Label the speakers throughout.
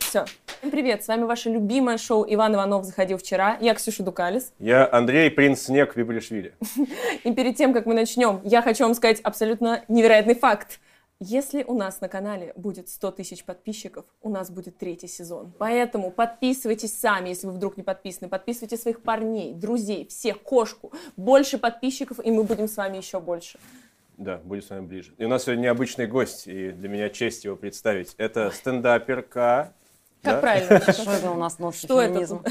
Speaker 1: Все. Всем привет, с вами ваше любимое шоу «Иван Иванов заходил вчера». Я Ксюша Дукалис.
Speaker 2: Я Андрей, принц Снег, Вибришвили.
Speaker 1: И перед тем, как мы начнем, я хочу вам сказать абсолютно невероятный факт. Если у нас на канале будет 100 тысяч подписчиков, у нас будет третий сезон. Поэтому подписывайтесь сами, если вы вдруг не подписаны. Подписывайте своих парней, друзей, всех, кошку. Больше подписчиков, и мы будем с вами еще больше.
Speaker 2: Да, будет с вами ближе. И у нас сегодня необычный гость, и для меня честь его представить. Это стендаперка.
Speaker 1: Как
Speaker 2: да?
Speaker 1: правильно?
Speaker 3: Что это у нас новый
Speaker 1: Что это
Speaker 3: феминизм?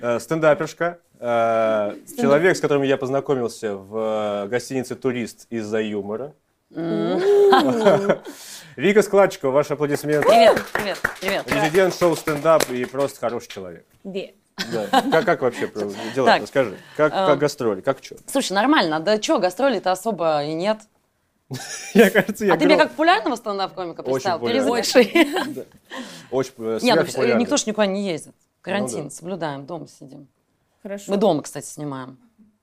Speaker 2: Э, Стендапершка. Э, Человек, с которым я познакомился в э, гостинице «Турист» из-за юмора. Вика Складчикова, ваши аплодисменты.
Speaker 3: Привет, привет, привет.
Speaker 2: Резидент шоу «Стендап» и просто хороший человек.
Speaker 1: Где?
Speaker 2: Да. Как, как вообще про- дела?
Speaker 3: Так. Э,
Speaker 2: Расскажи. Как, как гастроли? Как что?
Speaker 3: Слушай, нормально, да чё, гастроли-то особо и нет.
Speaker 2: Я, кажется, я
Speaker 3: А ты меня
Speaker 2: беру-
Speaker 3: как популярного стендап-комика
Speaker 2: Очень
Speaker 3: представил?
Speaker 2: популярного.
Speaker 3: Перезапиши.
Speaker 2: Очень э,
Speaker 3: Не, ну
Speaker 2: сверхпопулярный.
Speaker 3: никто же никуда не ездит. Карантин,
Speaker 2: Ну да.
Speaker 3: соблюдаем, дома сидим.
Speaker 1: Хорошо.
Speaker 3: Мы дома, кстати, снимаем.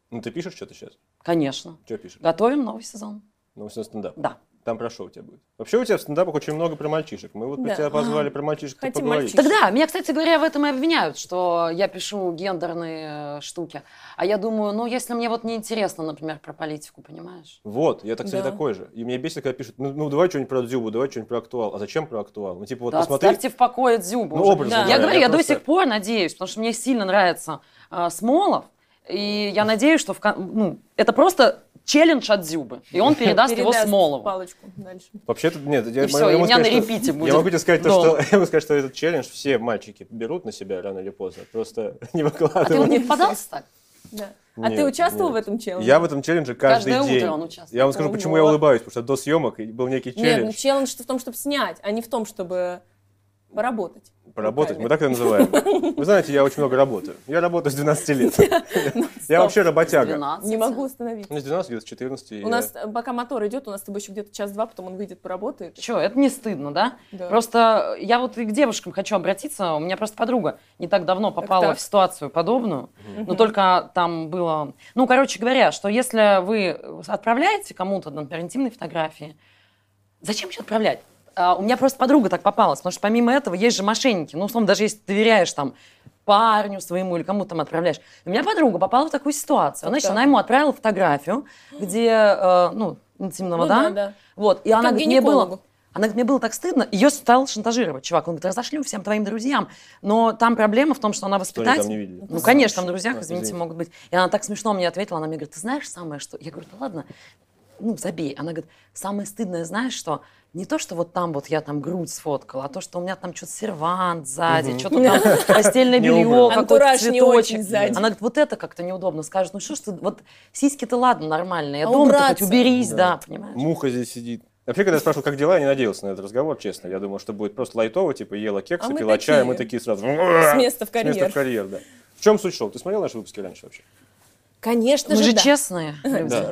Speaker 2: Ну, ты пишешь что-то сейчас?
Speaker 3: Конечно.
Speaker 2: Что пишешь?
Speaker 3: Готовим новый сезон.
Speaker 2: Ну, все стендап.
Speaker 3: Да.
Speaker 2: Там про шоу у тебя будет. Вообще у тебя в стендапах очень много про мальчишек. Мы вот
Speaker 1: Да.
Speaker 2: про тебя
Speaker 3: А,
Speaker 2: позвали про мальчишек
Speaker 1: Хотим
Speaker 2: поговорить.
Speaker 1: мальчишек.
Speaker 3: Тогда меня, кстати говоря, в этом и обвиняют, что я пишу гендерные э, штуки. А я думаю, ну, если мне вот неинтересно, например, про политику, понимаешь?
Speaker 2: Вот, я, так, кстати,
Speaker 1: Да.
Speaker 2: такой же. И меня бесит, когда пишут, ну, ну, давай что-нибудь про Дзюбу, давай что-нибудь про актуал. А зачем про актуал? Ну, типа, вот
Speaker 3: Да
Speaker 2: посмотри.
Speaker 3: Оставьте в покое Дзюбу.
Speaker 2: Ну,
Speaker 3: уже.
Speaker 2: образно
Speaker 1: Да.
Speaker 3: Я
Speaker 1: Да,
Speaker 3: говорю,
Speaker 2: я
Speaker 3: я,
Speaker 2: просто-
Speaker 3: до сих пор надеюсь, потому что мне сильно нравится а, Смолов, и я надеюсь, что в кон- ну, это просто челлендж от Зюбы, и он передаст А его
Speaker 1: Передаст
Speaker 3: Смолову.
Speaker 1: палочку дальше.
Speaker 2: Вообще-то, нет, я,
Speaker 3: И всё, и
Speaker 2: могу
Speaker 3: у меня
Speaker 2: сказать,
Speaker 3: на
Speaker 2: что-
Speaker 3: репите
Speaker 2: Я
Speaker 3: будет
Speaker 2: могу тебе сказать, то,
Speaker 3: дома.
Speaker 2: что, я могу сказать, что этот челлендж все мальчики берут на себя рано или поздно. Просто не
Speaker 3: А ты вот
Speaker 2: выкладывают.
Speaker 3: не попадался так?
Speaker 1: Да. А ты
Speaker 2: Нет,
Speaker 1: участвовал
Speaker 2: нет.
Speaker 1: в этом челлендже?
Speaker 2: Я в этом челлендже каждый
Speaker 3: Каждое утро
Speaker 2: день.
Speaker 3: он участвует.
Speaker 2: Я вам скажу, почему я
Speaker 1: Вот.
Speaker 2: улыбаюсь, потому что до съемок был некий
Speaker 1: Нет, ну
Speaker 2: челлендж.
Speaker 1: челлендж в том, чтобы снять, а не в том, чтобы поработать.
Speaker 2: Поработать, мы
Speaker 1: Руками.
Speaker 2: так это называем. Вы знаете, я очень много работаю. Я работаю с 12 лет. Я вообще работяга.
Speaker 3: 12.
Speaker 1: Не могу остановить.
Speaker 2: Ну, с 12 лет, с 14. я-
Speaker 1: У нас, э, пока мотор идет, у нас с тобой еще где-то час-два, потом он выйдет, поработает.
Speaker 3: Че, это не стыдно, да?
Speaker 1: Да.
Speaker 3: Просто я вот и к девушкам хочу обратиться. У меня просто подруга не так давно попала
Speaker 1: так.
Speaker 3: в ситуацию подобную. Но ну, только там было... Ну, короче говоря, что если вы отправляете кому-то, например, интимные фотографии, зачем еще отправлять? А, у меня просто подруга так попалась, потому что помимо этого есть же мошенники. Ну, условно, даже если ты доверяешь там парню своему или кому-то там отправляешь. У меня подруга попала в такую ситуацию. Значит,
Speaker 1: Так.
Speaker 3: она ему отправила фотографию, где, э, ну, интимного,
Speaker 1: Ну
Speaker 3: да?
Speaker 1: да, да.
Speaker 3: Вот, и она
Speaker 1: Как
Speaker 3: говорит, мне было...
Speaker 1: гинекологу.
Speaker 3: Она говорит, мне было так стыдно. Ее стал шантажировать, чувак. Он говорит, разошлю всем твоим друзьям. Но там проблема в том, что
Speaker 2: Что
Speaker 3: она
Speaker 2: они
Speaker 3: воспитатель.
Speaker 2: там не видели?
Speaker 3: Ну, конечно, там на друзьях,
Speaker 2: А,
Speaker 3: извините,
Speaker 2: извините.
Speaker 3: могут быть. И она так смешно мне ответила, она мне говорит, ты знаешь самое, что... Я говорю, да ладно, ну, забей. Она говорит, самое стыдное, знаешь, что не то, что вот там вот я там грудь сфоткала, а то, что у меня там что-то сервант сзади, что-то там постельное
Speaker 2: Не
Speaker 3: белье,
Speaker 2: убрано.
Speaker 3: какой-то
Speaker 1: Антураж не очень
Speaker 3: цветочек.
Speaker 1: сзади.
Speaker 3: Она говорит, вот это как-то неудобно. Скажет, ну что ж ты, вот сиськи-то ладно, нормально, я
Speaker 1: А
Speaker 3: дома хоть
Speaker 1: убраться?
Speaker 3: уберись, да, понимаешь?
Speaker 2: Муха здесь сидит. Вообще, когда я спрашивал, как дела, я не надеялся на этот разговор, честно. Я думал, что будет просто лайтово, типа ела кексы,
Speaker 1: А мы
Speaker 2: пила чай, а
Speaker 1: такие.
Speaker 2: мы такие сразу...
Speaker 1: С
Speaker 2: А, С
Speaker 1: места в
Speaker 2: С места
Speaker 1: карьер.
Speaker 2: в карьер, да. В чем суть шоу? Ты смотрел наши выпуски раньше вообще?
Speaker 1: Конечно
Speaker 3: Мы же
Speaker 1: да.
Speaker 3: честные люди.
Speaker 2: Да.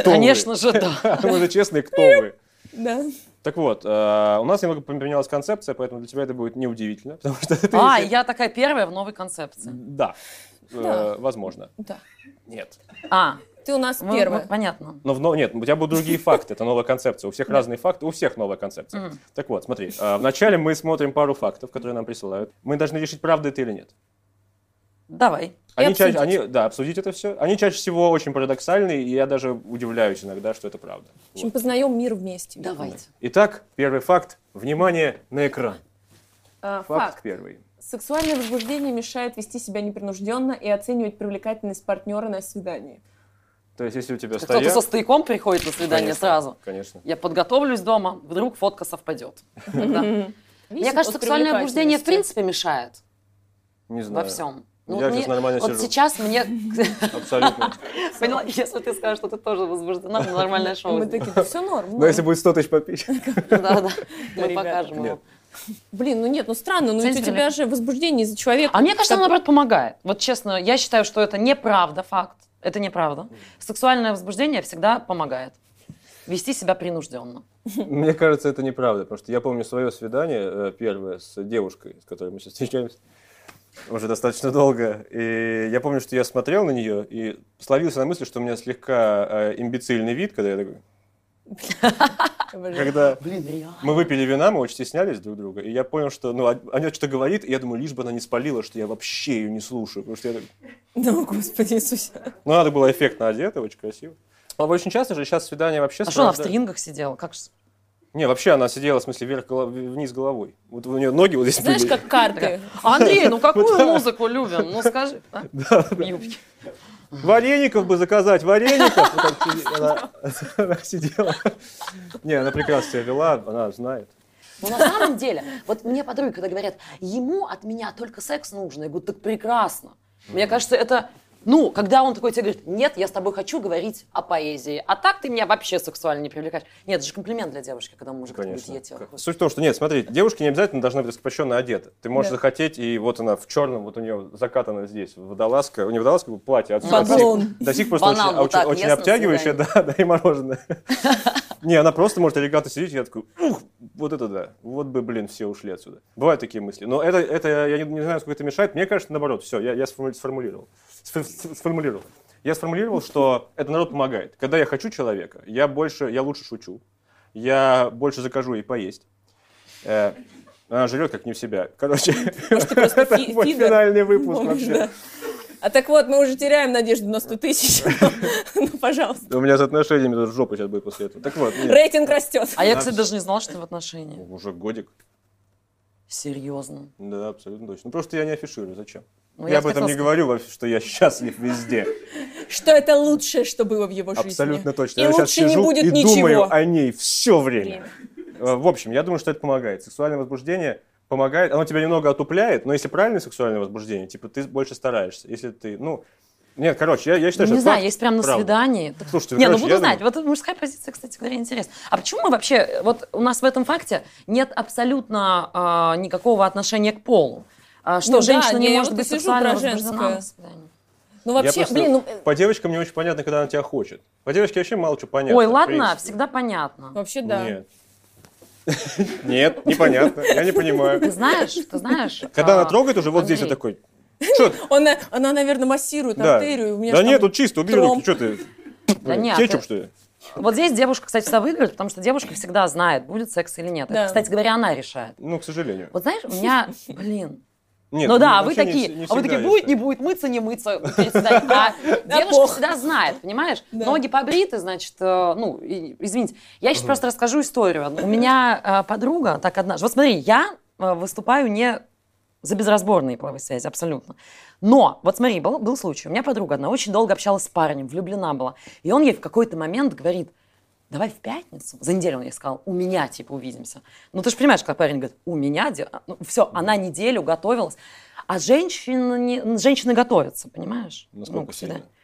Speaker 2: Кто вы?
Speaker 3: Конечно же, да.
Speaker 2: Мы же честные, кто вы?
Speaker 1: Да.
Speaker 2: Так вот, э, у нас немного поменялась концепция, поэтому для тебя это будет неудивительно, потому что ты...
Speaker 3: А, я такая первая в новой концепции.
Speaker 2: Да.
Speaker 1: Да.
Speaker 2: Э, Возможно.
Speaker 1: да.
Speaker 2: Нет.
Speaker 3: А,
Speaker 1: Ты у нас
Speaker 3: ну,
Speaker 1: первая.
Speaker 3: ну, понятно.
Speaker 2: Но в но- нет, у тебя будут другие факты, это новая концепция. У всех разные факты, у всех новая концепция. Так вот, смотри, э, вначале мы смотрим пару фактов, которые нам присылают. Мы должны решить, правда это или нет.
Speaker 3: Давай.
Speaker 1: И
Speaker 2: Они чаще,
Speaker 1: обсудить.
Speaker 2: они, да, обсудить это все. Они чаще всего очень парадоксальные, и я даже удивляюсь иногда, что это правда.
Speaker 1: В общем, познаем мир вместе.
Speaker 3: Давайте.
Speaker 2: Итак, первый факт. Внимание на экран.
Speaker 1: А,
Speaker 2: Факт,
Speaker 1: факт.
Speaker 2: первый.
Speaker 1: Сексуальное возбуждение мешает вести себя непринужденно и оценивать привлекательность партнера на свидании.
Speaker 2: То есть, если у тебя
Speaker 3: Кто-то
Speaker 2: стоят...
Speaker 3: со стояком приходит на свидание
Speaker 2: Конечно,
Speaker 3: сразу.
Speaker 2: Конечно.
Speaker 3: Я подготовлюсь дома, вдруг фотка совпадет. Мне
Speaker 1: Видишь,
Speaker 3: кажется,
Speaker 1: от
Speaker 3: сексуальное
Speaker 1: привлекательности.
Speaker 3: обуждение в принципе мешает
Speaker 2: Не знаю.
Speaker 3: во всем.
Speaker 2: Я
Speaker 3: вот
Speaker 2: сейчас нормально
Speaker 3: вот
Speaker 2: сижу.
Speaker 3: сейчас мне...
Speaker 2: Абсолютно.
Speaker 3: Поняла, если ты скажешь, что ты тоже возбуждена, то нормальное
Speaker 1: И
Speaker 3: шоу.
Speaker 1: Мы такие, да все норм.
Speaker 2: Но
Speaker 1: норм».
Speaker 2: если будет 100 тысяч подписчиков...
Speaker 3: Да-да,
Speaker 1: Да,
Speaker 3: мы
Speaker 1: ребята,
Speaker 3: покажем
Speaker 2: Нет.
Speaker 3: его.
Speaker 1: Блин, ну нет, ну странно, ну ведь у
Speaker 3: Цель
Speaker 1: тебя же возбуждение из-за человека.
Speaker 3: А мне кажется, оно,
Speaker 1: Как-
Speaker 3: наоборот, помогает. Вот честно, я считаю, что это неправда факт. Это неправда. Сексуальное возбуждение всегда помогает. Вести себя принужденно.
Speaker 2: Мне кажется, это неправда, потому что я помню свое свидание э, первое с девушкой, с которой мы сейчас встречаемся, уже достаточно долго. И я помню, что я смотрел на нее и словился на мысли, что у меня слегка э, имбецильный вид, когда я такой...
Speaker 1: Обожаю.
Speaker 2: Когда
Speaker 3: Блин, реально.
Speaker 2: мы выпили вина, мы очень стеснялись друг друга, и я понял, что ну, а- она что-то говорит, и я думаю, лишь бы она не спалила, что я вообще ее не слушаю, потому что я так-
Speaker 1: Ну, господи Иисусе.
Speaker 2: Ну, надо было эффектно одета, очень красиво. А вы очень часто же сейчас свидания вообще...
Speaker 3: А что она в
Speaker 2: сопровождают-
Speaker 3: стрингах сидела? Как ж-
Speaker 2: Не, вообще она сидела, в смысле, вверх голов- вниз головой. Вот у нее ноги вот здесь
Speaker 1: Знаешь,
Speaker 2: были.
Speaker 1: как карты.
Speaker 3: Андрей, ну
Speaker 2: Вот
Speaker 3: какую
Speaker 2: да.
Speaker 3: музыку любим? Ну скажи. а? Юбки.
Speaker 2: Вареников бы заказать, вареников! Вот так сиди- она- Она сидела. Не, она прекрасно себя вела, она знает.
Speaker 3: Ну, на самом деле, вот мне подруги, когда говорят, ему от меня только секс нужно, я говорю, так прекрасно. Мне кажется, это, ну, когда он такой тебе говорит, нет, я с тобой хочу говорить о поэзии, а так ты меня вообще сексуально не привлекаешь. Нет, это же комплимент для девушки, когда мужик говорит,
Speaker 2: Конечно.
Speaker 3: я тебя хочу».
Speaker 2: Суть в том, что нет, смотри, девушки не обязательно должны быть раскрепощенно одеты. Ты можешь
Speaker 1: Да.
Speaker 2: захотеть, и вот она в черном, вот у нее закатана здесь водолазка, у нее водолазка платье, а
Speaker 3: Банан.
Speaker 2: сих- до сих просто
Speaker 3: Банан
Speaker 2: очень,
Speaker 3: вот
Speaker 2: очень-
Speaker 3: так,
Speaker 2: очень
Speaker 3: ест на
Speaker 2: обтягивающая, да, да, и мороженое. Не, она просто может элегантно сидеть, и я такой, ух, вот это да, вот бы, блин, все ушли отсюда. Бывают такие мысли, но это, это я не, не знаю, сколько это мешает, мне кажется, наоборот, все, я, я сформули- сформулировал. Сф- сф- Сформулировал. Я сформулировал, что это народ помогает. Когда я хочу человека, я больше, я лучше шучу, я больше закажу ей поесть. Э, Она жрет как не в себя. Короче,
Speaker 1: просто
Speaker 2: это
Speaker 1: фи-
Speaker 2: мой
Speaker 1: фидер.
Speaker 2: финальный выпуск
Speaker 1: Помнишь,
Speaker 2: вообще.
Speaker 1: да? А так вот, мы уже теряем надежду на 100 тысяч. Ну, пожалуйста.
Speaker 2: У меня с отношениями тут жопа сейчас будет после этого. Так вот, нет.
Speaker 1: Рейтинг растет.
Speaker 3: А я, кстати, даже не знала, что ты в отношении.
Speaker 2: уже годик.
Speaker 3: Серьезно.
Speaker 2: Да, абсолютно точно. Ну просто я не афиширую, зачем?
Speaker 3: Ну,
Speaker 2: я,
Speaker 3: я
Speaker 2: об этом
Speaker 3: хотела
Speaker 2: не
Speaker 3: сказать.
Speaker 2: говорю, во- что я счастлив везде.
Speaker 1: Что это лучшее, что было в его жизни?
Speaker 2: Абсолютно точно.
Speaker 1: И
Speaker 2: я сейчас
Speaker 1: лучше не
Speaker 2: сижу
Speaker 1: будет
Speaker 2: и
Speaker 1: ничего.
Speaker 2: думаю о ней все время.
Speaker 1: Время.
Speaker 2: Э, В общем, я думаю, что это помогает. Сексуальное возбуждение помогает. Оно тебя немного отупляет, но если правильное сексуальное возбуждение, типа ты больше стараешься. Если ты, ну... Нет, короче, я, я считаю, что...
Speaker 3: Ну, не
Speaker 2: это
Speaker 3: знаю,
Speaker 2: факт,
Speaker 3: есть прям на
Speaker 2: правда.
Speaker 3: свидании. Так-
Speaker 2: Слушайте,
Speaker 3: не, ну
Speaker 2: короче,
Speaker 3: буду
Speaker 2: я
Speaker 3: знать.
Speaker 2: думаю-
Speaker 3: Вот эта мужская позиция, кстати говоря, интересна. А почему мы вообще, вот у нас в этом факте нет абсолютно а, никакого отношения к полу? А, что
Speaker 1: Ну да,
Speaker 3: женщина не
Speaker 1: не,
Speaker 3: может
Speaker 1: вот
Speaker 3: быть
Speaker 1: сижу
Speaker 3: сексуально
Speaker 1: про
Speaker 3: возбуждена
Speaker 1: женское.
Speaker 3: на свидании?
Speaker 1: Ну,
Speaker 2: Я
Speaker 1: вообще,
Speaker 2: просто-
Speaker 1: блин, ну, э,
Speaker 2: По девочкам не очень понятно, когда она тебя хочет. По девочке вообще мало что понятно.
Speaker 3: Ой,
Speaker 2: в
Speaker 3: ладно,
Speaker 2: принципе.
Speaker 3: всегда понятно.
Speaker 1: вообще да.
Speaker 2: Нет. Нет, непонятно. Я не
Speaker 3: Ты
Speaker 2: понимаю.
Speaker 3: знаешь, ты знаешь.
Speaker 2: Когда
Speaker 3: а,
Speaker 2: она трогает уже вот здесь, я
Speaker 3: Андрей.
Speaker 2: такой... Что?
Speaker 1: Он, э, она, наверное, массирует
Speaker 2: Да,
Speaker 1: артерию. У меня
Speaker 2: да
Speaker 1: ж там-
Speaker 2: нет, тут чисто, убери
Speaker 1: тромб.
Speaker 2: руки, что ты?
Speaker 3: Да нет,
Speaker 2: Кетчуп,
Speaker 3: ты-
Speaker 2: что ли?
Speaker 3: Вот здесь девушка, кстати, всегда выигрывает, потому что девушка всегда знает, будет секс или нет. Это,
Speaker 1: Да.
Speaker 3: кстати говоря, она решает.
Speaker 2: Ну, к сожалению.
Speaker 3: Вот знаешь, у меня, блин,
Speaker 2: Нет,
Speaker 3: ну да, а вы
Speaker 2: вообще не-
Speaker 3: такие,
Speaker 2: не
Speaker 3: а вы
Speaker 2: всегда
Speaker 3: такие,
Speaker 2: я
Speaker 3: будет, не
Speaker 2: считаю.
Speaker 3: будет, мыться, не мыться. перед свиданием. А девушка
Speaker 1: пох.
Speaker 3: всегда знает, понимаешь?
Speaker 1: Да.
Speaker 3: Ноги побриты, значит, э, ну, и- извините. Я сейчас просто расскажу историю. У меня э, подруга, так однажды, вот смотри, я э, выступаю не за безразборные половые связи, абсолютно. Но, вот смотри, был, был случай. У меня подруга одна очень долго общалась с парнем, влюблена была. И он ей в какой-то момент говорит, давай в пятницу, за неделю он ей сказал, у меня, типа, увидимся. Ну, ты же понимаешь, когда парень говорит, у меня, де-» ну, все, она неделю готовилась. А женщины, не- женщины готовятся, понимаешь? Ну,
Speaker 2: Насколько
Speaker 3: к
Speaker 2: сильно?
Speaker 3: свиданию.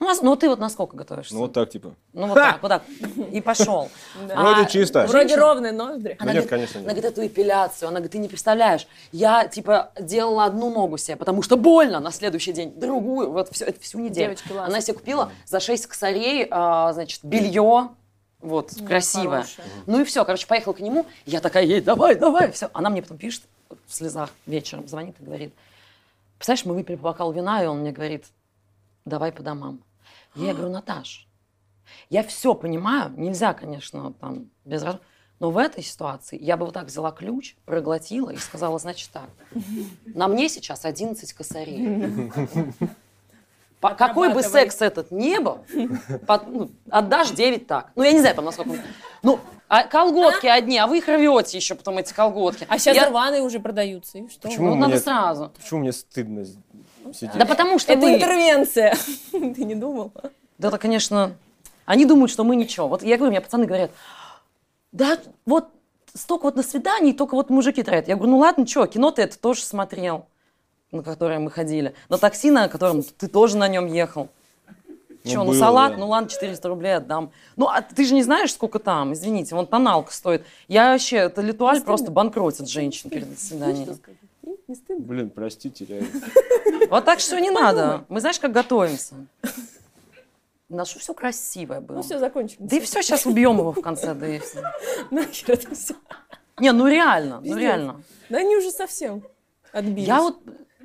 Speaker 3: Ну, а с- ну, а ты вот насколько готовишься?
Speaker 2: Ну, вот так, типа.
Speaker 3: Ну, вот так, вот так. И А, пошел.
Speaker 1: Да.
Speaker 2: Вроде чисто.
Speaker 1: Вроде
Speaker 3: женщина-
Speaker 1: ровные ноздри.
Speaker 2: Ну, нет, конечно, нет.
Speaker 3: Она говорит, эту эпиляцию. Она говорит, ты не представляешь. Я, типа, делала одну ногу себе, потому что больно на следующий день. Другую, вот всю, это всю неделю.
Speaker 1: Девочки, ладно.
Speaker 3: Она себе купила за 6 косарей, а, значит, белье. Вот, красивое.
Speaker 1: хорошая.
Speaker 3: Ну и все, короче, поехала к нему. Я такая ей, давай, давай, все. Она мне потом пишет в слезах вечером, звонит и говорит. Представляешь, мы выпили по бокалу вина, и он мне говорит, давай по домам. Я ей говорю, Наташ, я все понимаю, нельзя, конечно, там, без раз- но в этой ситуации я бы вот так взяла ключ, проглотила и сказала, значит так, на мне сейчас 11 косарей. По- Какой бы
Speaker 1: Отрабатывай.
Speaker 3: секс этот не был, под- ну, отдашь 9 так. Ну, я не знаю, там, насколько... он- Ну, а колготки одни, а вы их рвете еще потом, эти колготки.
Speaker 1: А сейчас
Speaker 3: Я-
Speaker 1: рваные уже продаются. И что?
Speaker 2: Почему?
Speaker 3: Ну, надо
Speaker 2: мне-
Speaker 3: сразу.
Speaker 2: Почему мне стыдно с- сидеть?
Speaker 3: Да потому что
Speaker 1: Это
Speaker 3: вы...
Speaker 1: интервенция. Ты не думал?
Speaker 3: Да, это, конечно. Они думают, что мы ничего. Вот я говорю, у меня пацаны говорят, да, вот столько вот на свиданий, только вот мужики тратят. Я говорю, ну ладно, что, кино ты это тоже смотрел, на которое мы ходили. На такси, на котором ты тоже на нем ехал.
Speaker 2: Ну,
Speaker 3: Че, ну,
Speaker 2: было,
Speaker 3: салат,
Speaker 2: да.
Speaker 3: ну ладно, 400 рублей отдам. Ну, а ты же не знаешь, сколько там, извините, вон тоналка стоит. Я вообще, это литуаль просто банкротит женщин перед свиданием.
Speaker 1: Не стыдно?
Speaker 2: Блин, простите, реально.
Speaker 3: Вот так что не надо. Мы знаешь, как готовимся. Наше все красивое было.
Speaker 1: Ну все, закончим.
Speaker 3: Да и все, сейчас убьем его в конце, да и все.
Speaker 1: Нахер это все.
Speaker 3: Не, ну реально, ну
Speaker 1: Пиздец.
Speaker 3: реально.
Speaker 1: Да они уже совсем отбились.
Speaker 3: Я вот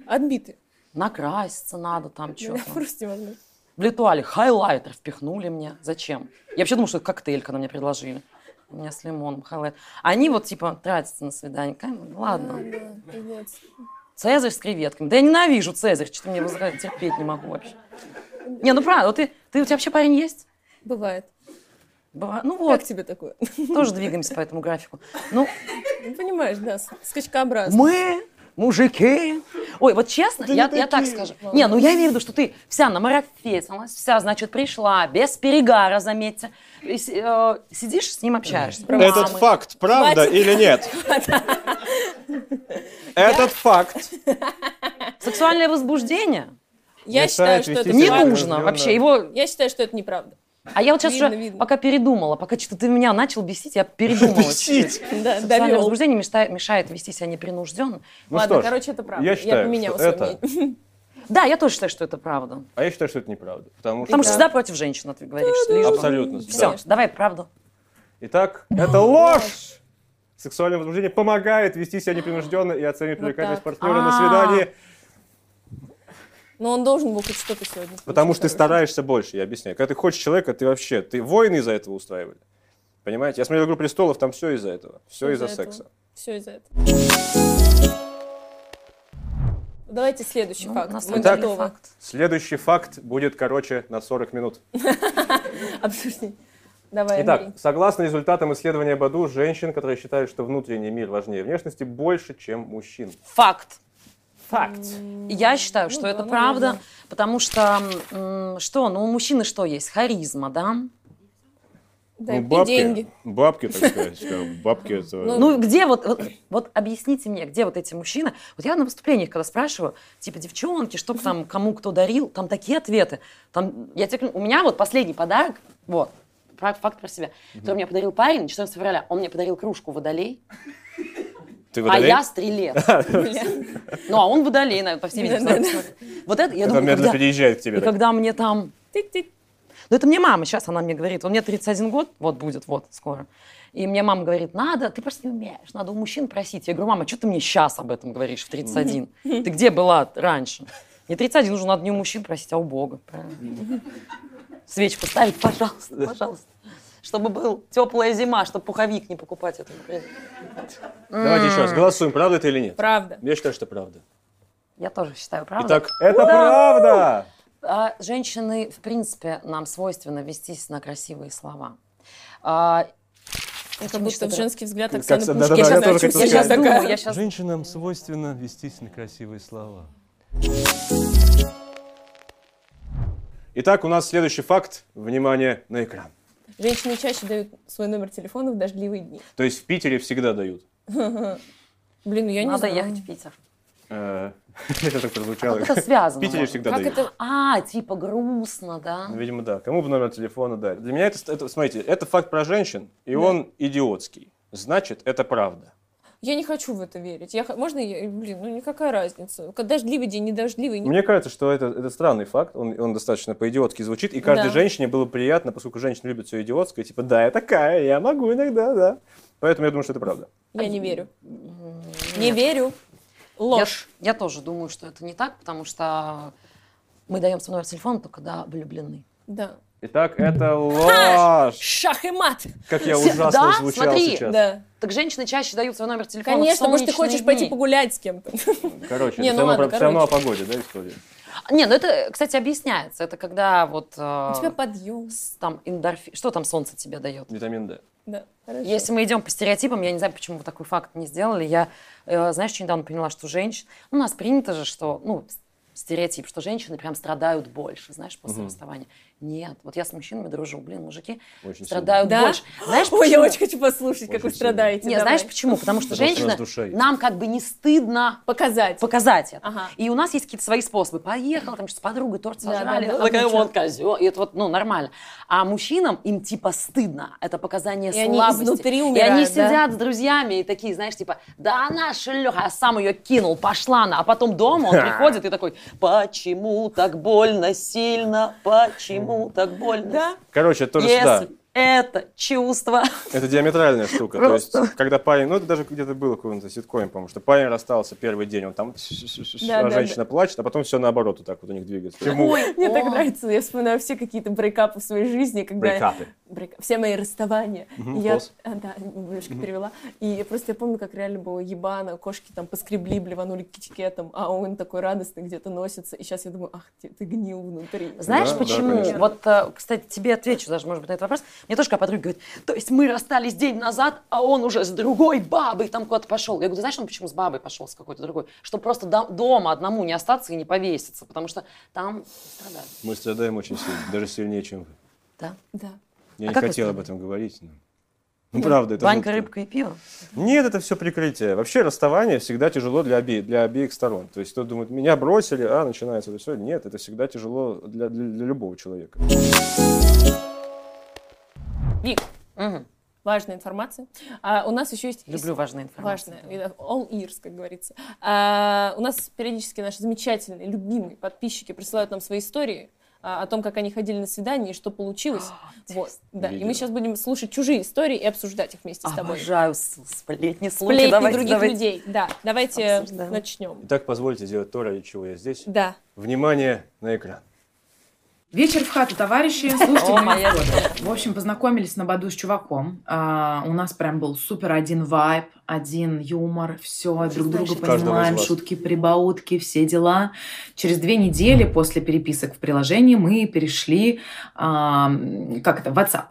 Speaker 1: Отбиты.
Speaker 3: накраситься надо там что-то.
Speaker 1: Просто невозможно.
Speaker 3: в литуале хайлайтер впихнули мне. Зачем? Я вообще думала, что это коктейль, когда мне предложили. У меня с лимоном хайлайтер. Они вот типа тратятся на свидание. Ка- Ладно.
Speaker 1: пиздец.
Speaker 3: Цезарь с креветками. Да я ненавижу Цезарь, что-то мне его за- терпеть не могу вообще. Не, ну правда, вот ты, ты, у тебя вообще парень есть?
Speaker 1: Бывает.
Speaker 3: Быва- Ну
Speaker 1: Как
Speaker 3: вот,
Speaker 1: тебе такое?
Speaker 3: тоже двигаемся по этому графику. Ну,
Speaker 1: Ну, Понимаешь, да, с- скачкообразно.
Speaker 3: мы, мужики. Ой, вот честно,
Speaker 2: Да
Speaker 3: я,
Speaker 2: не
Speaker 3: я так
Speaker 2: такие,
Speaker 3: скажу. Не, ну я имею в виду, что ты вся намарафетилась, вся, значит, пришла, без перегара, заметьте. И с- э, сидишь, с ним общаешься.
Speaker 2: Этот
Speaker 3: Мамы.
Speaker 2: факт правда
Speaker 1: Хватит.
Speaker 2: или нет? Этот факт.
Speaker 3: Сексуальное возбуждение
Speaker 1: Я
Speaker 2: Мешает
Speaker 1: считаю, что
Speaker 2: вести
Speaker 1: это
Speaker 2: себя
Speaker 3: не
Speaker 2: правильно,
Speaker 1: неправда.
Speaker 3: нужно
Speaker 2: верно.
Speaker 3: вообще. Его...
Speaker 1: Я считаю, что это неправда.
Speaker 3: А я вот сейчас
Speaker 1: Видно,
Speaker 3: уже
Speaker 1: видно.
Speaker 3: пока передумала, пока что-то ты меня начал бесить, я передумала. чуть-чуть.
Speaker 2: Бесить.
Speaker 1: Да,
Speaker 3: Сексуальное
Speaker 1: довел.
Speaker 3: возбуждение мешает, мешает вести себя непринужденно.
Speaker 2: Ну
Speaker 1: Ладно,
Speaker 2: что ж,
Speaker 1: короче, это правда.
Speaker 2: я
Speaker 1: Я,
Speaker 2: считаю,
Speaker 1: поменяла
Speaker 2: что
Speaker 1: свое
Speaker 2: это-
Speaker 1: мнение.
Speaker 3: Да, я тоже считаю, что это правда.
Speaker 2: А я считаю, что это неправда. Потому что...
Speaker 3: Потому что всегда против женщин, а ты говоришь. лишь бы.
Speaker 2: Абсолютно.
Speaker 3: Все,
Speaker 2: да.
Speaker 3: давай правду.
Speaker 2: Итак, это ложь! Сексуальное возбуждение помогает вести себя непринужденно и оценивать
Speaker 1: Вот
Speaker 2: привлекательность
Speaker 1: так.
Speaker 2: партнера на
Speaker 3: А.
Speaker 2: свидании,
Speaker 1: Но он должен был хоть что-то сегодня.
Speaker 2: потому
Speaker 1: получить
Speaker 2: что ты
Speaker 1: хорошее.
Speaker 2: стараешься больше, я объясняю. Когда ты хочешь человека, ты вообще, ты войны из-за этого устраивали. Понимаете? Я смотрел «Игру престолов», там все из-за этого. Все из-за
Speaker 1: этого.
Speaker 2: секса.
Speaker 1: Все из-за этого. Давайте следующий
Speaker 3: Ну,
Speaker 1: факт.
Speaker 3: на
Speaker 1: Мы
Speaker 3: самом деле
Speaker 1: готовы
Speaker 3: факт.
Speaker 2: Следующий факт будет короче на 40 минут.
Speaker 1: обсуждать. Давай,
Speaker 2: Итак,
Speaker 1: Андрей.
Speaker 2: согласно результатам исследования Баду, женщин, которые считают, что внутренний мир важнее внешности, больше, чем мужчин.
Speaker 3: Факт.
Speaker 2: Факт.
Speaker 3: Я считаю, что
Speaker 1: да,
Speaker 3: это
Speaker 1: наверное.
Speaker 3: правда, потому что м, что, ну у мужчины что есть? Харизма, да?
Speaker 1: Да, и ну. деньги.
Speaker 2: Ну, Бабки, так сказать. Бабки это...
Speaker 3: Ну где вот, вот, вот объясните мне, где вот эти мужчины? Вот я на выступлениях, когда спрашиваю, типа, девчонки, что б там, кому кто дарил, там такие ответы. Там, я тебе, клянусь, у меня вот последний подарок, вот, про- факт про себя, который мне подарил парень 14 февраля, он мне подарил кружку водолей,
Speaker 2: ты
Speaker 3: а я стрелец. Ну, а он водолей, наверное, по всей видимости. Вот это, я
Speaker 2: Когда
Speaker 3: думаю,
Speaker 2: медленно
Speaker 3: когда-
Speaker 2: переезжает к тебе.
Speaker 3: и когда мне там
Speaker 1: Тик-тик.
Speaker 3: Ну, это мне мама сейчас, она мне говорит, он мне 31 год, вот будет, вот, скоро. И мне мама говорит, надо, ты просто не умеешь, надо у мужчин просить. Я говорю, мама, что ты мне сейчас об этом говоришь в 31? Ты где была раньше? Не 31 уже надо не у мужчин просить, а у Бога. правильно? Свечку ставить, пожалуйста, пожалуйста. Чтобы был теплая зима, чтобы пуховик не покупать. этому.
Speaker 2: Давайте еще раз голосуем, правда это или нет.
Speaker 1: Правда.
Speaker 2: Я считаю, что правда.
Speaker 3: Я тоже считаю, правда?
Speaker 2: Итак, это правда!
Speaker 3: А, Женщины, в принципе, нам свойственно вестись на красивые слова. А,
Speaker 1: Как будто в женский взгляд
Speaker 2: Как-
Speaker 1: Оксаны
Speaker 2: да, да,
Speaker 1: Пушкин.
Speaker 2: да, я
Speaker 1: Сейчас
Speaker 2: тоже хотел
Speaker 1: очень сильно
Speaker 2: сказать.
Speaker 3: сейчас
Speaker 1: такая.
Speaker 3: думаю, я сейчас
Speaker 4: Женщинам свойственно вестись на красивые слова.
Speaker 2: Итак, у нас следующий факт. Внимание на экран.
Speaker 1: Женщины чаще дают свой номер телефона в дождливые дни.
Speaker 2: То есть в Питере всегда дают.
Speaker 1: Блин, ну я не
Speaker 3: Надо
Speaker 1: знаю.
Speaker 3: ехать в Питер.
Speaker 2: Э, Это так прозвучало.
Speaker 3: Как это
Speaker 2: В
Speaker 3: связано?
Speaker 2: Питере
Speaker 3: может?
Speaker 2: всегда
Speaker 1: Как
Speaker 2: дают.
Speaker 1: это?
Speaker 3: А, типа грустно, да?
Speaker 2: Ну, Видимо, да. Кому бы номер телефона дали? Для меня это, это- смотрите, это факт про женщин, и он идиотский. Значит, это правда.
Speaker 1: Я не хочу в это верить. Я... х- Можно я... Блин, ну никакая разница. К- Дождливый день, не дождливый. не-
Speaker 2: Мне кажется, что это, это странный факт, он, он достаточно по-идиотски звучит, и каждой
Speaker 1: Да.
Speaker 2: женщине было приятно, поскольку женщины любят все идиотское, типа, да, я такая, я могу иногда, да. Поэтому я думаю, что это правда.
Speaker 1: Я не верю.
Speaker 3: М,
Speaker 1: Не
Speaker 3: нет.
Speaker 1: верю.
Speaker 3: Я,
Speaker 1: Ложь.
Speaker 3: я тоже думаю, что это не так, потому что мы даем свой номер телефона только когда влюблены.
Speaker 1: Да.
Speaker 2: Итак, это ложь.
Speaker 1: Шах и мат.
Speaker 2: Как я ужасно
Speaker 3: Да?
Speaker 2: звучал
Speaker 3: Смотри.
Speaker 2: сейчас.
Speaker 1: Да.
Speaker 3: Так женщины чаще дают свой номер телефона. в
Speaker 1: Конечно, может, ты
Speaker 3: солнечные
Speaker 1: хочешь пойти
Speaker 3: дни.
Speaker 1: погулять с кем-то.
Speaker 2: Короче,
Speaker 1: Не,
Speaker 2: это все,
Speaker 1: ну
Speaker 2: равно,
Speaker 1: ладно,
Speaker 2: про- всё равно о погоде, да, история?
Speaker 3: Не, ну это, кстати, объясняется. Это когда вот
Speaker 1: У
Speaker 3: э,
Speaker 2: А.
Speaker 1: тебя подъем.
Speaker 3: с- там эндорфин... Что там солнце тебе дает?
Speaker 2: Витамин D.
Speaker 1: Да, хорошо.
Speaker 3: Если мы идем по стереотипам, я не знаю, почему вы такой факт не сделали. Я, э, знаешь, что недавно поняла, что женщин... Ну, у нас принято же, что... Ну, с- стереотип, что женщины прям страдают больше, знаешь, после расставания. Нет. Вот я с мужчинами дружу. Блин, мужики
Speaker 2: Очень
Speaker 3: страдают
Speaker 1: сильно. Да?
Speaker 3: больше. Знаешь,
Speaker 1: Ой, я
Speaker 3: почему?
Speaker 1: очень хочу послушать, как
Speaker 2: Очень
Speaker 1: вы
Speaker 2: сильно.
Speaker 1: страдаете.
Speaker 3: Не,
Speaker 1: Давай.
Speaker 3: знаешь почему? Потому что
Speaker 2: Потому что
Speaker 3: женщина,
Speaker 2: нас душает.
Speaker 3: нам как бы не стыдно
Speaker 1: Показать.
Speaker 3: показать это.
Speaker 1: Ага.
Speaker 3: И у нас есть какие-то свои способы. Поехала, там что с подругой торт
Speaker 1: Да, да,
Speaker 3: сожрали.
Speaker 1: было
Speaker 3: Она такая,
Speaker 1: бы чё.
Speaker 3: вот козё. И это вот, ну, нормально. А мужчинам им типа стыдно. Это показание
Speaker 1: И они
Speaker 3: слабости.
Speaker 1: изнутри
Speaker 3: И они
Speaker 1: умирают, да?
Speaker 3: сидят с друзьями и такие, знаешь, типа, да она шлюха, а сам ее кинул, пошла она. А потом дома он приходит и такой, почему так больно сильно, почему так больно?
Speaker 1: Да?
Speaker 2: Короче, это тоже,
Speaker 3: Если
Speaker 2: да.
Speaker 3: это чувство.
Speaker 2: Это диаметральная штука. То
Speaker 3: Просто.
Speaker 2: есть, когда парень, ну это даже где-то было в каком-то ситкоме, по-моему, что парень расстался первый день, он там,
Speaker 1: Да,
Speaker 2: а
Speaker 1: да,
Speaker 2: женщина плачет, а потом все наоборот вот так вот у них двигается. Почему?
Speaker 3: Ой,
Speaker 1: Мне так
Speaker 3: о.
Speaker 1: нравится, я вспоминаю все какие-то брейкапы в своей жизни, когда...
Speaker 2: Брейкапы.
Speaker 1: брейкап- все мои расставания.
Speaker 2: Мгм,
Speaker 1: И я,
Speaker 2: класс.
Speaker 1: а, да, немножко перевела. И я просто я помню, как реально было ебано, кошки там поскребли, блеванули китикетом, а он такой радостный где-то носится. И сейчас я думаю, ах, ты, ты гнил внутри.
Speaker 3: Знаешь
Speaker 2: Да, да,
Speaker 3: почему?
Speaker 2: конечно.
Speaker 3: вот, э, кстати, тебе отвечу даже, может быть, на этот вопрос. Мне тоже когда подруга говорит, то есть мы расстались день назад, а он уже с другой бабой там куда-то пошел. Я говорю, «Ты знаешь, он почему с бабой пошел, с какой-то другой? Чтобы просто дом- дома одному не остаться и не повеситься, потому что там страдают.
Speaker 2: Мы страдаем очень сильно, даже сильнее, чем вы.
Speaker 3: Да?
Speaker 1: Да.
Speaker 2: Я
Speaker 3: А
Speaker 2: не
Speaker 3: как вы
Speaker 2: хотел об этом говорить. но- Ну, правда, это
Speaker 3: Банька,
Speaker 2: жутко.
Speaker 3: рыбка и пиво.
Speaker 2: Нет, это все прикрытие. Вообще расставание всегда тяжело для, обе... для обеих сторон. То есть кто думает, меня бросили, а начинается это все. Нет, это всегда тяжело для, для- для любого человека.
Speaker 1: Вик,
Speaker 3: Мгм.
Speaker 1: важная информация. А, у нас еще есть...
Speaker 3: Люблю важные информации.
Speaker 1: Важная. All ears, как говорится. А, у нас периодически наши замечательные, любимые подписчики присылают нам свои истории а, о том, как они ходили на свидание и что получилось.
Speaker 3: А,
Speaker 1: Вот, да. И
Speaker 2: Видео.
Speaker 1: мы сейчас будем слушать чужие истории и обсуждать их вместе с тобой.
Speaker 3: Обожаю с- сплетни, слухи.
Speaker 1: Сплетни
Speaker 3: Давайте,
Speaker 1: других
Speaker 3: давайте.
Speaker 1: людей. Да, давайте
Speaker 3: Обсуждаем.
Speaker 1: начнем.
Speaker 2: Итак, позвольте сделать то, ради чего я здесь.
Speaker 1: Да.
Speaker 2: Внимание на экран.
Speaker 5: Вечер в хату, товарищи. Слушайте,
Speaker 3: О,
Speaker 5: мою
Speaker 3: моя
Speaker 5: историю. В общем, познакомились на Баду с чуваком. А, у нас прям был супер один вайб, один юмор, все, друг друга
Speaker 2: у каждого
Speaker 5: понимаем,
Speaker 2: из вас.
Speaker 5: шутки, прибаутки, все дела. Через две недели после переписок в приложении мы перешли, а, как это, в WhatsApp.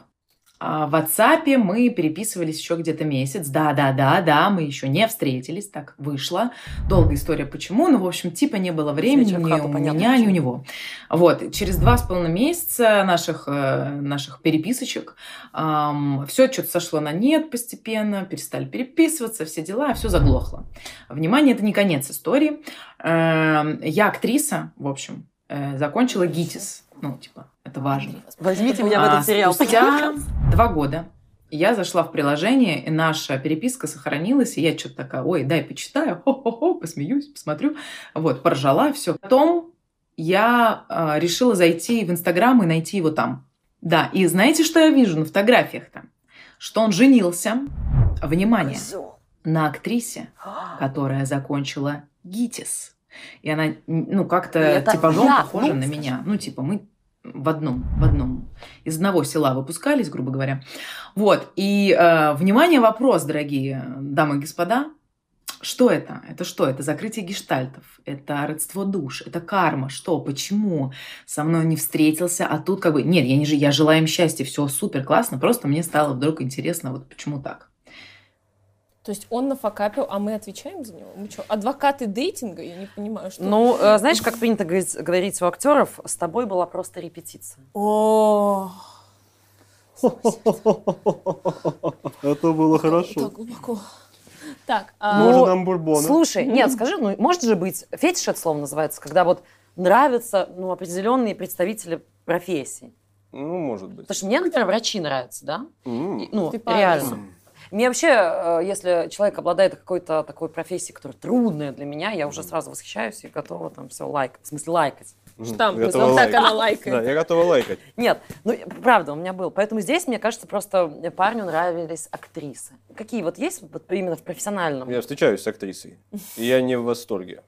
Speaker 5: А В WhatsApp мы переписывались еще где-то месяц. Да, да, да, да, мы еще не встретились, так вышло. Долгая история почему, но, в общем, типа не было времени
Speaker 3: Вечер в
Speaker 5: ни
Speaker 3: хату,
Speaker 5: у
Speaker 3: понятно,
Speaker 5: меня, ни у
Speaker 3: почему.
Speaker 5: него. Вот, и через два с половиной месяца наших, э, наших переписочек все что-то сошло на нет постепенно, перестали переписываться, все дела, все заглохло. Внимание, это не конец истории. Эм, я актриса, в общем, э, закончила ГИТИС. Ну, типа, это важно.
Speaker 3: Возьмите меня в этот
Speaker 5: А,
Speaker 3: сериал.
Speaker 5: Спустя два года я зашла в приложение, и наша переписка сохранилась, и я что-то такая, ой, дай почитаю, хо-хо-хо, посмеюсь, посмотрю. Вот, поржала, все. Потом я э, решила зайти в Инстаграм и найти его там. Да, и знаете, что я вижу на фотографиях там? Что он женился, внимание,
Speaker 3: Козёл.
Speaker 5: на актрисе, которая закончила ГИТИС. И она, ну, как-то
Speaker 3: Это
Speaker 5: типажом
Speaker 3: я,
Speaker 5: похожа
Speaker 3: ну,
Speaker 5: на
Speaker 3: скажем.
Speaker 5: меня. Ну, типа, мы в одном, в одном. Из одного села выпускались, грубо говоря. Вот, и, э, внимание, вопрос, дорогие дамы и господа. Что это? Это что? Это закрытие гештальтов, это родство душ, это карма. Что? Почему? Со мной он не встретился, а тут как бы... Нет, я, не, ж- я желаю им счастья, все супер, классно, просто мне стало вдруг интересно, вот почему так.
Speaker 1: То есть он нафакапил, а мы отвечаем за него? Мы что, адвокаты дейтинга? Я не понимаю, что...
Speaker 3: Ну, э, знаешь, как принято говорить- говорить у актеров, с тобой была просто репетиция.
Speaker 1: О,
Speaker 2: Это было
Speaker 1: Так глубоко. Так, а,
Speaker 3: Ну,
Speaker 2: Можно нам бурбона.
Speaker 3: Слушай, нет, скажи, ну может же быть, фетиш это слово называется, когда вот нравятся ну, определенные представители профессии.
Speaker 2: Ну, может быть.
Speaker 3: Потому что мне, например, врачи нравятся, да? И,
Speaker 2: М.
Speaker 3: Ну,
Speaker 1: Ты по
Speaker 3: реально. Мне вообще, э, если человек обладает какой-то такой профессией, которая трудная для меня, я уже сразу восхищаюсь и готова там все лайкать. В смысле, лайкать.
Speaker 1: штамп,
Speaker 2: Готова
Speaker 1: вот
Speaker 2: лайкать.
Speaker 1: так она
Speaker 2: Да,
Speaker 1: лайкает.
Speaker 2: я готова лайкать.
Speaker 3: Нет, ну правда, у меня был. Поэтому здесь, мне кажется, просто парню нравились актрисы. Какие вот есть вот именно в профессиональном?
Speaker 2: Я встречаюсь с актрисой, и я не в восторге.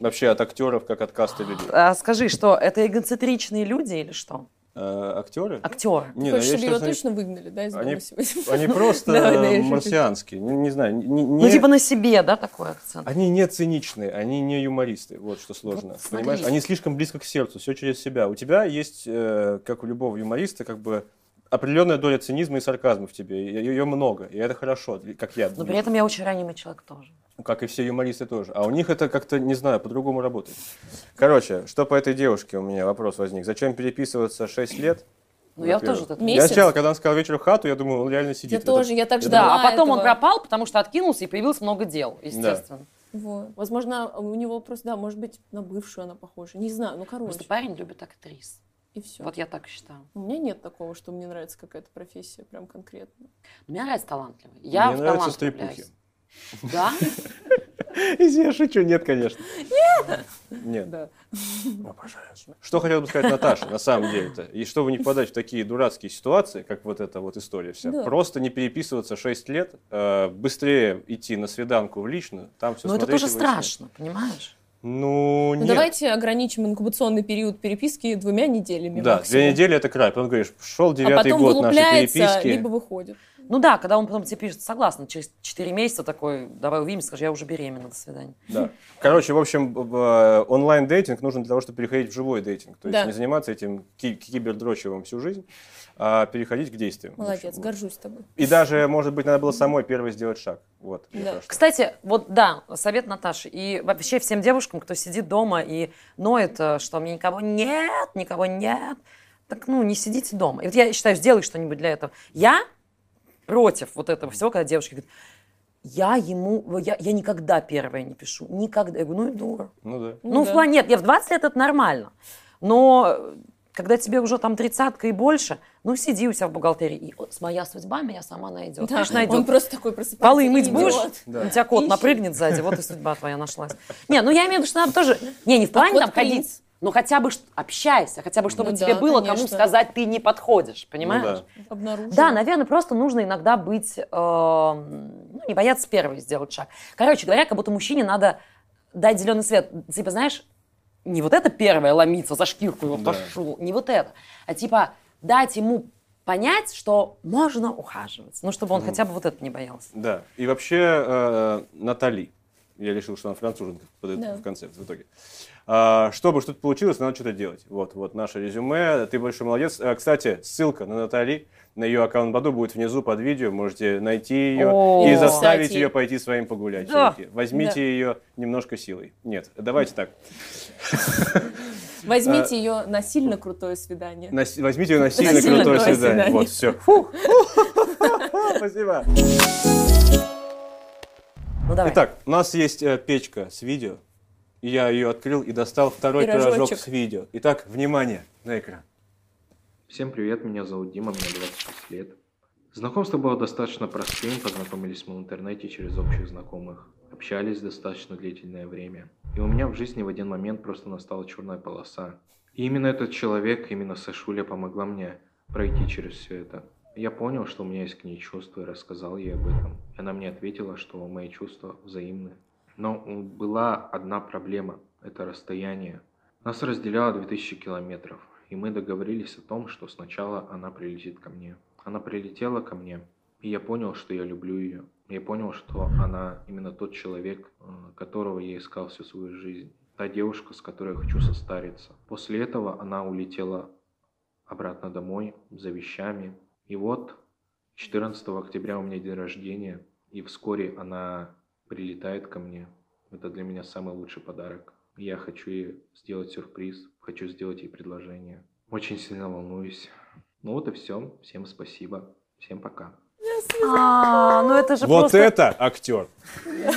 Speaker 2: Вообще от актеров, как от каста людей.
Speaker 3: А скажи, что это эгоцентричные люди или что?
Speaker 2: А, Актеры?
Speaker 3: Актеры.
Speaker 2: Не, ну,
Speaker 1: Хочешь,
Speaker 2: я
Speaker 1: чтобы
Speaker 2: считаю,
Speaker 1: его
Speaker 2: что они-
Speaker 1: точно выгнали, да, из
Speaker 2: они-
Speaker 1: дома сегодня?
Speaker 2: Они просто
Speaker 1: Давай, да, я
Speaker 2: э,
Speaker 1: шучу.
Speaker 2: марсианские. Не, не знаю, не- не-
Speaker 3: Ну,
Speaker 2: не-
Speaker 3: типа на себе, да, такой акцент?
Speaker 2: они не циничные, они не юмористы. Вот что сложно.
Speaker 3: Вот смотри.
Speaker 2: понимаешь? Они слишком близко к сердцу, все через себя. У тебя есть, э, как у любого юмориста, как бы определенная доля цинизма и сарказма в тебе. Ее много, и это хорошо, как я.
Speaker 3: Но
Speaker 2: думаю.
Speaker 3: при этом я очень ранимый человек тоже.
Speaker 2: Ну, Как и все юмористы тоже. А у них это как-то, не знаю, по-другому работает. Короче, что по этой девушке у меня вопрос возник. Зачем переписываться 6 лет?
Speaker 3: Ну, я
Speaker 2: Во-первых.
Speaker 3: тоже вот это-
Speaker 1: Месяц?
Speaker 2: Я сначала, когда он сказал вечер в хату, я думал, он реально сидит.
Speaker 1: Я
Speaker 2: Это-
Speaker 1: тоже, я так
Speaker 2: это
Speaker 1: ждала
Speaker 3: А потом он
Speaker 1: этого.
Speaker 3: пропал, потому что откинулся и появилось много дел, естественно.
Speaker 1: Вот. Возможно, у него просто, да, может быть, на бывшую она похожа. Не знаю, ну
Speaker 3: Просто
Speaker 1: короче.
Speaker 3: парень любит актрис.
Speaker 1: И все.
Speaker 3: Вот я так считаю.
Speaker 1: У меня нет такого, что мне нравится какая-то профессия, прям конкретно.
Speaker 3: Мне нравится талантливый. Я
Speaker 2: Мне
Speaker 3: в
Speaker 2: нравятся
Speaker 3: талант
Speaker 2: стрипухи.
Speaker 3: влюбляюсь. Да?
Speaker 2: Извини, я шучу, нет, конечно. Нет.
Speaker 1: Да.
Speaker 2: Обожаю. Что хотела бы сказать Наташа, на самом деле-то? И чтобы не попадать в такие дурацкие ситуации, как вот эта вот история вся,
Speaker 1: Да.
Speaker 2: просто не переписываться 6 лет, э, быстрее идти на свиданку в личную, там все
Speaker 3: Но Ну, это тоже страшно, понимаешь?
Speaker 2: Ну,
Speaker 1: Ну,
Speaker 2: нет.
Speaker 1: давайте ограничим инкубационный период переписки двумя неделями
Speaker 2: Да,
Speaker 1: максимум.
Speaker 2: две недели это край. Потом говоришь, шел
Speaker 1: А
Speaker 2: девятый
Speaker 1: потом
Speaker 2: год нашей
Speaker 1: вылупляется,
Speaker 2: переписки.
Speaker 1: либо выходит.
Speaker 3: Ну да, когда он потом тебе пишет, согласна, через 4 месяца такой, давай увидимся, скажи, я уже беременна, до свидания.
Speaker 2: Да. Короче, в общем, б- б- онлайн-дейтинг нужен для того, чтобы переходить в живой дейтинг. То есть
Speaker 1: Да.
Speaker 2: не заниматься этим ки- кибердрочевым всю жизнь, а переходить к действиям. В
Speaker 1: Молодец,
Speaker 2: общем.
Speaker 1: горжусь тобой.
Speaker 2: И даже, может быть, надо было самой первой сделать шаг. Вот. мне
Speaker 1: Да.
Speaker 2: кажется.
Speaker 3: Кстати, вот да, совет Наташи. И вообще всем девушкам, кто сидит дома и ноет, э, что мне никого нет, никого нет, так ну не сидите дома. И вот я считаю, сделай что-нибудь для этого. Я против вот этого всего, когда девушки говорят, я ему, я, я никогда первая не пишу, никогда. Я говорю, ну и дура.
Speaker 2: Ну да.
Speaker 1: Ну
Speaker 3: Ну, в
Speaker 1: да.
Speaker 3: плане, нет, я в 20 лет это нормально. Но э, когда тебе уже там тридцатка и больше, ну сиди у себя в бухгалтерии. И вот моя судьба меня сама
Speaker 1: Да,
Speaker 3: найдет. Конечно, найдет.
Speaker 1: Он просто такой просыпается.
Speaker 3: Полы мыть
Speaker 1: идиот.
Speaker 3: будешь?
Speaker 2: Да.
Speaker 3: На тебя кот
Speaker 1: Ищи.
Speaker 3: напрыгнет сзади, вот и судьба твоя нашлась. Не, ну я имею в виду, что надо тоже... Не, не в плане
Speaker 1: кот
Speaker 3: там
Speaker 1: принц.
Speaker 3: ходить, но хотя бы ш- общайся, хотя бы чтобы
Speaker 1: Ну
Speaker 3: тебе
Speaker 1: да,
Speaker 3: было кому
Speaker 1: конечно.
Speaker 3: сказать, ты не подходишь, понимаешь?
Speaker 2: Ну да.
Speaker 1: Обнаружил.
Speaker 3: Да, наверное, просто нужно иногда быть, эм, ну, не бояться первой сделать шаг. Короче говоря, как будто мужчине надо дать зеленый свет. Типа, знаешь, не вот это первое ломиться за шкирку его
Speaker 2: Да.
Speaker 3: пошел, не вот это, а типа дать ему понять, что можно ухаживать. Ну, чтобы он хотя бы вот это не боялся.
Speaker 2: Да. И вообще, э, Натали. Я решил, что она француженка под-
Speaker 1: Да.
Speaker 2: в конце, в итоге. А, чтобы что-то получилось, надо что-то делать. Вот, вот наше резюме. Ты большой молодец. А, кстати, ссылка на Натали, на ее аккаунт Баду будет внизу под видео. Можете найти ее
Speaker 3: О.
Speaker 2: и заставить
Speaker 1: Кстати.
Speaker 2: ее пойти с вами погулять.
Speaker 3: Да.
Speaker 2: чуваки. Возьмите
Speaker 1: Да.
Speaker 2: ее немножко силой. Нет, давайте так. А.
Speaker 1: Возьмите ее на сильно крутое свидание.
Speaker 2: Нас- Возьмите ее на сильно
Speaker 1: сильно
Speaker 2: крутое
Speaker 1: крутое
Speaker 2: свидание.
Speaker 1: свидание.
Speaker 2: Вот, все. Спасибо.
Speaker 3: Ну, давай.
Speaker 2: Итак, у нас есть э, печка с видео. И Я ее открыл и достал второй пирожок,
Speaker 1: Пирожочек.
Speaker 2: с видео. Итак, внимание на экран.
Speaker 6: Всем привет, меня зовут Дима, мне 26 лет. Знакомство было достаточно простым, познакомились мы в интернете через общих знакомых. Общались достаточно длительное время. И у меня в жизни в один момент просто настала черная полоса. И именно этот человек, именно Сашуля помогла мне пройти через все это. Я понял, что у меня есть к ней чувства и рассказал ей об этом. И Она мне ответила, что мои чувства взаимны. Но м, была одна проблема – это расстояние. Нас разделяло 2000 километров, и мы договорились о том, что сначала она прилетит ко мне. Она прилетела ко мне, и я понял, что я люблю ее. Я понял, что она именно тот человек, э, которого я искал всю свою жизнь. Та девушка, с которой я хочу состариться. После этого она улетела обратно домой за вещами. И вот 14 октября у меня день рождения, и вскоре она прилетает ко мне. Это для меня самый лучший подарок. Я хочу ей сделать сюрприз, хочу сделать ей предложение. Очень сильно волнуюсь. Ну вот и все. Всем спасибо. Всем пока.
Speaker 3: А, ну это же
Speaker 2: вот
Speaker 3: просто...
Speaker 2: это актер.
Speaker 3: Нет,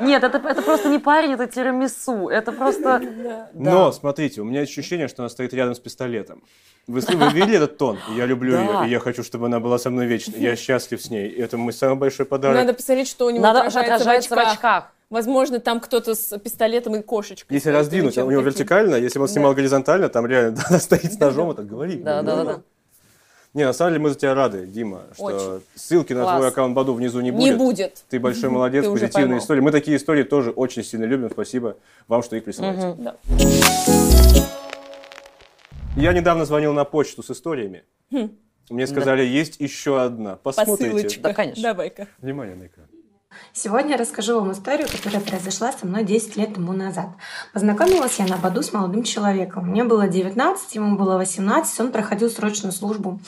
Speaker 3: Нет, это, это просто не парень, это тирамису. Это
Speaker 1: Да.
Speaker 3: просто... Да.
Speaker 2: Но смотрите, у меня ощущение, что она стоит рядом с пистолетом. Вы, слы- вы видели этот тон? Я люблю
Speaker 3: Да.
Speaker 2: ее, и я хочу, чтобы она была со мной вечно. Я счастлив с ней. Это мой самый большой подарок.
Speaker 1: Надо посмотреть, что у него
Speaker 3: Надо
Speaker 1: отражается,
Speaker 3: отражается
Speaker 1: в, очках. Возможно, там кто-то с пистолетом и кошечкой.
Speaker 2: Если
Speaker 1: стоит, или
Speaker 2: раздвинуть, а
Speaker 1: чем
Speaker 2: у него
Speaker 1: таким.
Speaker 2: вертикально, если бы он
Speaker 1: Да.
Speaker 2: снимал горизонтально, там реально она стоит с ножом и так говорит.
Speaker 3: Да, да, да, да.
Speaker 2: Не, на самом деле мы за тебя рады, Дима, что
Speaker 1: Очень.
Speaker 2: ссылки на твой
Speaker 3: Класс.
Speaker 2: аккаунт Баду внизу не
Speaker 1: Не будет.
Speaker 2: Ты большой молодец,
Speaker 1: Ты уже
Speaker 2: позитивные
Speaker 1: поймал.
Speaker 2: истории. Мы такие истории тоже очень сильно любим. Спасибо вам, что их присылаете.
Speaker 1: Да.
Speaker 2: Я недавно звонил на почту с историями.
Speaker 1: Хм.
Speaker 2: Мне сказали, есть еще одна. Посмотрите.
Speaker 1: Посылочка.
Speaker 3: Да, конечно.
Speaker 1: Давай-ка.
Speaker 2: Внимание на экран.
Speaker 7: Сегодня я расскажу вам историю, которая произошла со мной 10 лет тому назад. Познакомилась я на Баду с молодым человеком. Мне было 19, ему было 18, он проходил срочную службу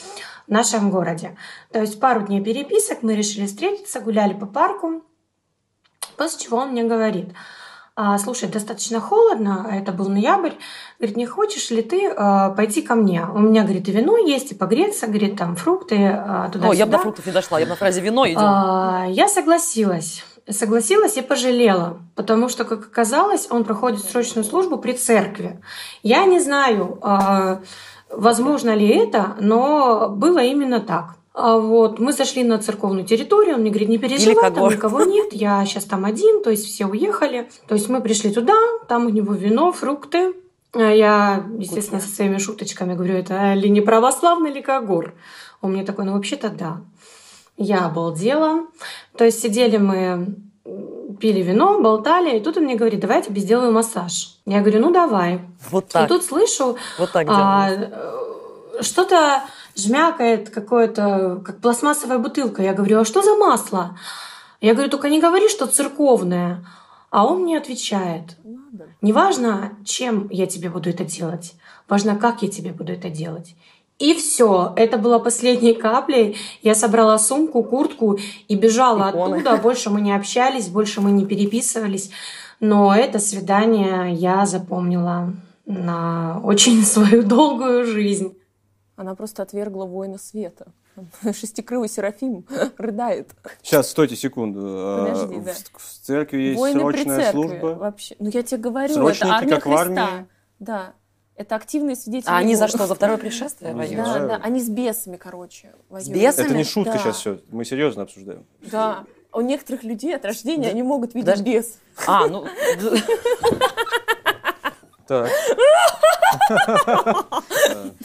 Speaker 7: в нашем городе. То есть пару дней переписок, мы решили встретиться, гуляли по парку, после чего он мне говорит, «А, слушай, достаточно холодно, а это был ноябрь, говорит, не хочешь ли ты а, пойти ко мне? У меня, говорит, и вино есть, и погреться, говорит, там фрукты, а, туда-сюда.
Speaker 3: О, Ну, я бы до фруктов не дошла, я бы на фразе вино идем.
Speaker 7: А, Я согласилась. Согласилась и пожалела, потому что, как оказалось, он проходит срочную службу при церкви. Я не знаю, а, возможно ли это, но было именно так. А Вот, мы сошли на церковную территорию, он мне говорит, не переживай, там
Speaker 3: когорт.
Speaker 7: никого нет, я сейчас там один, то есть все уехали. То есть мы пришли туда, там у него вино, фрукты. А Я, естественно, со своими шуточками говорю, это ли не православный, ли когор. Он мне такой, ну вообще-то да. Я обалдела. То есть сидели мы, м, пили вино, болтали, и тут он мне говорит, давай я тебе сделаю массаж. Я говорю, ну давай.
Speaker 3: Вот
Speaker 7: И
Speaker 3: так.
Speaker 7: тут слышу,
Speaker 3: Вот так
Speaker 7: а,
Speaker 3: делают.
Speaker 7: э, что-то жмякает какое-то, как пластмассовая бутылка. Я говорю, а что за масло? Я говорю, только не говори, что церковное. А он мне отвечает,
Speaker 1: Ладно.
Speaker 7: неважно, чем я тебе буду это делать, важно, как я тебе буду это делать. И все, это было последней каплей. Я собрала сумку, куртку и бежала
Speaker 3: Иконы.
Speaker 7: оттуда. Больше мы не общались, больше мы не переписывались. Но это свидание я запомнила на очень свою долгую жизнь.
Speaker 1: Она просто отвергла воина света. Шестикрылый Серафим рыдает.
Speaker 2: Сейчас, стойте секунду. А,
Speaker 1: Подожди, да.
Speaker 2: в, в церкви есть
Speaker 1: Воины при
Speaker 2: срочная
Speaker 1: церкви
Speaker 2: служба.
Speaker 1: вообще. Ну я тебе говорю,
Speaker 2: Срочники,
Speaker 1: это армия
Speaker 2: как в
Speaker 1: Христа.
Speaker 2: армии.
Speaker 1: Да, это активные свидетели.
Speaker 3: А они за
Speaker 1: Бога.
Speaker 3: что? За второе пришествие
Speaker 2: Не
Speaker 3: воюют?
Speaker 1: Да,
Speaker 2: знаю.
Speaker 1: да, они с бесами, короче, воюют.
Speaker 3: бесами?
Speaker 2: Это не шутка
Speaker 1: Да.
Speaker 2: сейчас все. Мы серьезно обсуждаем.
Speaker 1: Да. У некоторых людей от рождения
Speaker 3: Да.
Speaker 1: они могут видеть
Speaker 3: Подожди.
Speaker 1: бес.
Speaker 3: А, ну...
Speaker 2: Так,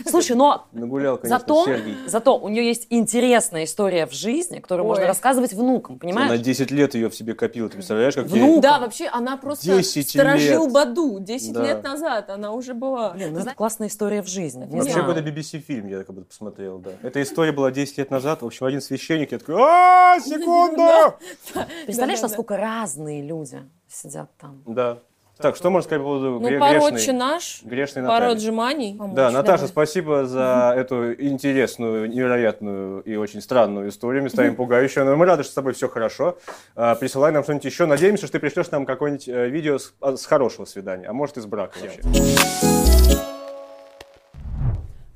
Speaker 3: Слушай, но
Speaker 2: нагулял, конечно,
Speaker 3: зато,
Speaker 2: Сергей.
Speaker 3: зато у нее есть интересная история в жизни, которую можно
Speaker 1: Ой.
Speaker 3: рассказывать внукам,
Speaker 2: Она
Speaker 3: понимаешь?
Speaker 2: 10 лет ее в себе копила. Ты представляешь, как ей-
Speaker 3: Внук.
Speaker 1: Ну, Да, вообще она просто
Speaker 2: 10
Speaker 1: сторожил
Speaker 2: лет.
Speaker 1: Баду 10
Speaker 2: Да.
Speaker 1: лет назад. Она уже была.
Speaker 3: Блин, ну, это классная история в жизни. Не
Speaker 2: Вообще
Speaker 3: знаю.
Speaker 2: какой-то BBC фильм я как бы посмотрел, да. Эта история была 10 лет назад. В общем, один священник, я такой, а секунду!
Speaker 3: Представляешь,
Speaker 1: Да-да-да.
Speaker 3: насколько разные люди сидят там?
Speaker 2: Да. Так, что можно сказать по поводу
Speaker 1: Ну,
Speaker 2: гре-
Speaker 1: породче
Speaker 2: грешной
Speaker 1: наш,
Speaker 2: грешной
Speaker 1: пар
Speaker 2: Натальи?
Speaker 1: отжиманий.
Speaker 2: Да,
Speaker 1: Помочь,
Speaker 2: Наташа,
Speaker 1: давай.
Speaker 2: спасибо за эту интересную, невероятную и очень странную историю, местами пугающую. Но мы рады, что с тобой все хорошо. А, Присылай нам что-нибудь еще. Надеемся, что ты пришлешь нам какое-нибудь э, видео с, а, с хорошего свидания, а может и с брака вообще.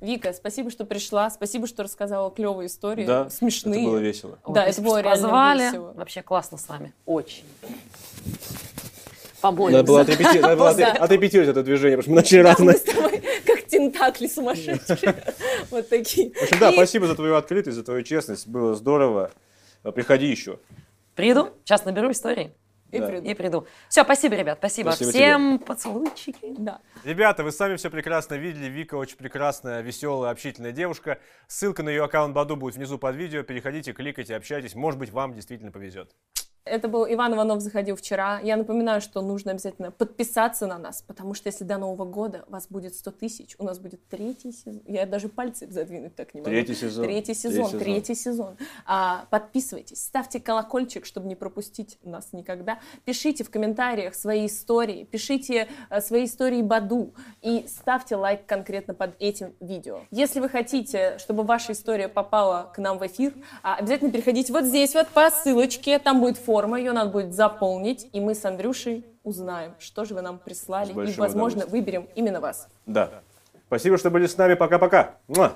Speaker 1: Вика, спасибо, что пришла. Спасибо, что рассказала клевые истории.
Speaker 2: Да,
Speaker 1: смешные.
Speaker 2: Это было весело.
Speaker 3: Ой,
Speaker 1: Да, это
Speaker 3: спасибо,
Speaker 1: было
Speaker 3: что
Speaker 1: реально
Speaker 3: позвали.
Speaker 1: весело.
Speaker 3: Вообще классно с вами. Очень. Поборемся.
Speaker 2: Надо было отрепети- надо было отре- отрепетировать это движение, потому что мы начали разное.
Speaker 1: Мы с тобой как тентакли сумасшедшие. Вот такие.
Speaker 2: В общем, да,
Speaker 1: И-
Speaker 2: спасибо за твою открытость, за твою честность. Было здорово. А, Приходи еще.
Speaker 3: Приду, сейчас наберу истории
Speaker 1: И
Speaker 2: Да.
Speaker 1: приду.
Speaker 3: и приду. Все, спасибо, ребят, спасибо.
Speaker 2: Спасибо
Speaker 3: Всем поцелуйчики.
Speaker 1: Да.
Speaker 2: Ребята, вы сами все прекрасно видели. Вика очень прекрасная, веселая, общительная девушка. Ссылка на ее аккаунт Баду будет внизу под видео. Переходите, кликайте, общайтесь. Может быть, вам действительно повезет.
Speaker 1: Это был Иван Иванов заходил вчера. Я напоминаю, что нужно обязательно подписаться на нас, потому что если до Нового года вас будет 100 тысяч, у нас будет третий сезон. Я даже пальцы задвинуть так не могу.
Speaker 2: Третий сезон.
Speaker 1: Третий сезон, третий сезон. А, подписывайтесь, ставьте колокольчик, чтобы не пропустить нас никогда. Пишите в комментариях свои истории, пишите э, свои истории Баду и ставьте лайк конкретно под этим видео. Если вы хотите, чтобы ваша история попала к нам в эфир, а, обязательно переходите вот здесь вот по ссылочке, там будет форма, ее надо будет заполнить, и мы с Андрюшей узнаем, что же вы нам прислали,
Speaker 2: С
Speaker 1: и,
Speaker 2: большим
Speaker 1: возможно, выберем именно вас.
Speaker 2: Да. Спасибо, что были с нами. Пока-пока. Муа.